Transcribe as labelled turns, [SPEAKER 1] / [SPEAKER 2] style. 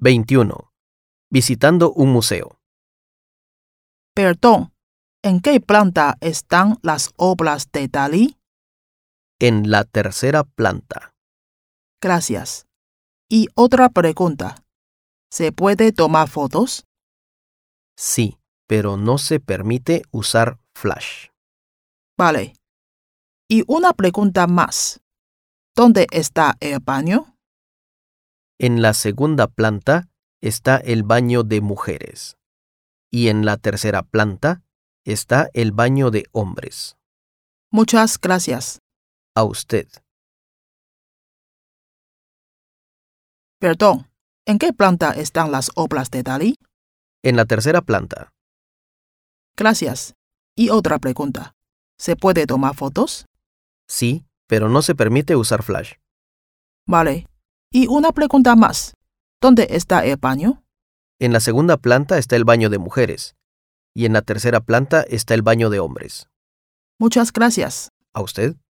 [SPEAKER 1] 21. Visitando un museo.
[SPEAKER 2] Perdón, ¿en qué planta están las obras de Dalí?
[SPEAKER 1] En la tercera planta.
[SPEAKER 2] Gracias. Y otra pregunta. ¿Se puede tomar fotos?
[SPEAKER 1] Sí, pero no se permite usar flash.
[SPEAKER 2] Vale. Y una pregunta más. ¿Dónde está el baño?
[SPEAKER 1] En la segunda planta está el baño de mujeres. Y en la tercera planta está el baño de hombres.
[SPEAKER 2] Muchas gracias.
[SPEAKER 1] A usted.
[SPEAKER 2] Perdón, ¿en qué planta están las obras de Dalí?
[SPEAKER 1] En la tercera planta.
[SPEAKER 2] Gracias. Y otra pregunta. ¿Se puede tomar fotos?
[SPEAKER 1] Sí, pero no se permite usar flash.
[SPEAKER 2] Vale. Y una pregunta más. ¿Dónde está el baño?
[SPEAKER 1] En la segunda planta está el baño de mujeres. Y en la tercera planta está el baño de hombres.
[SPEAKER 2] Muchas gracias.
[SPEAKER 1] ¿A usted?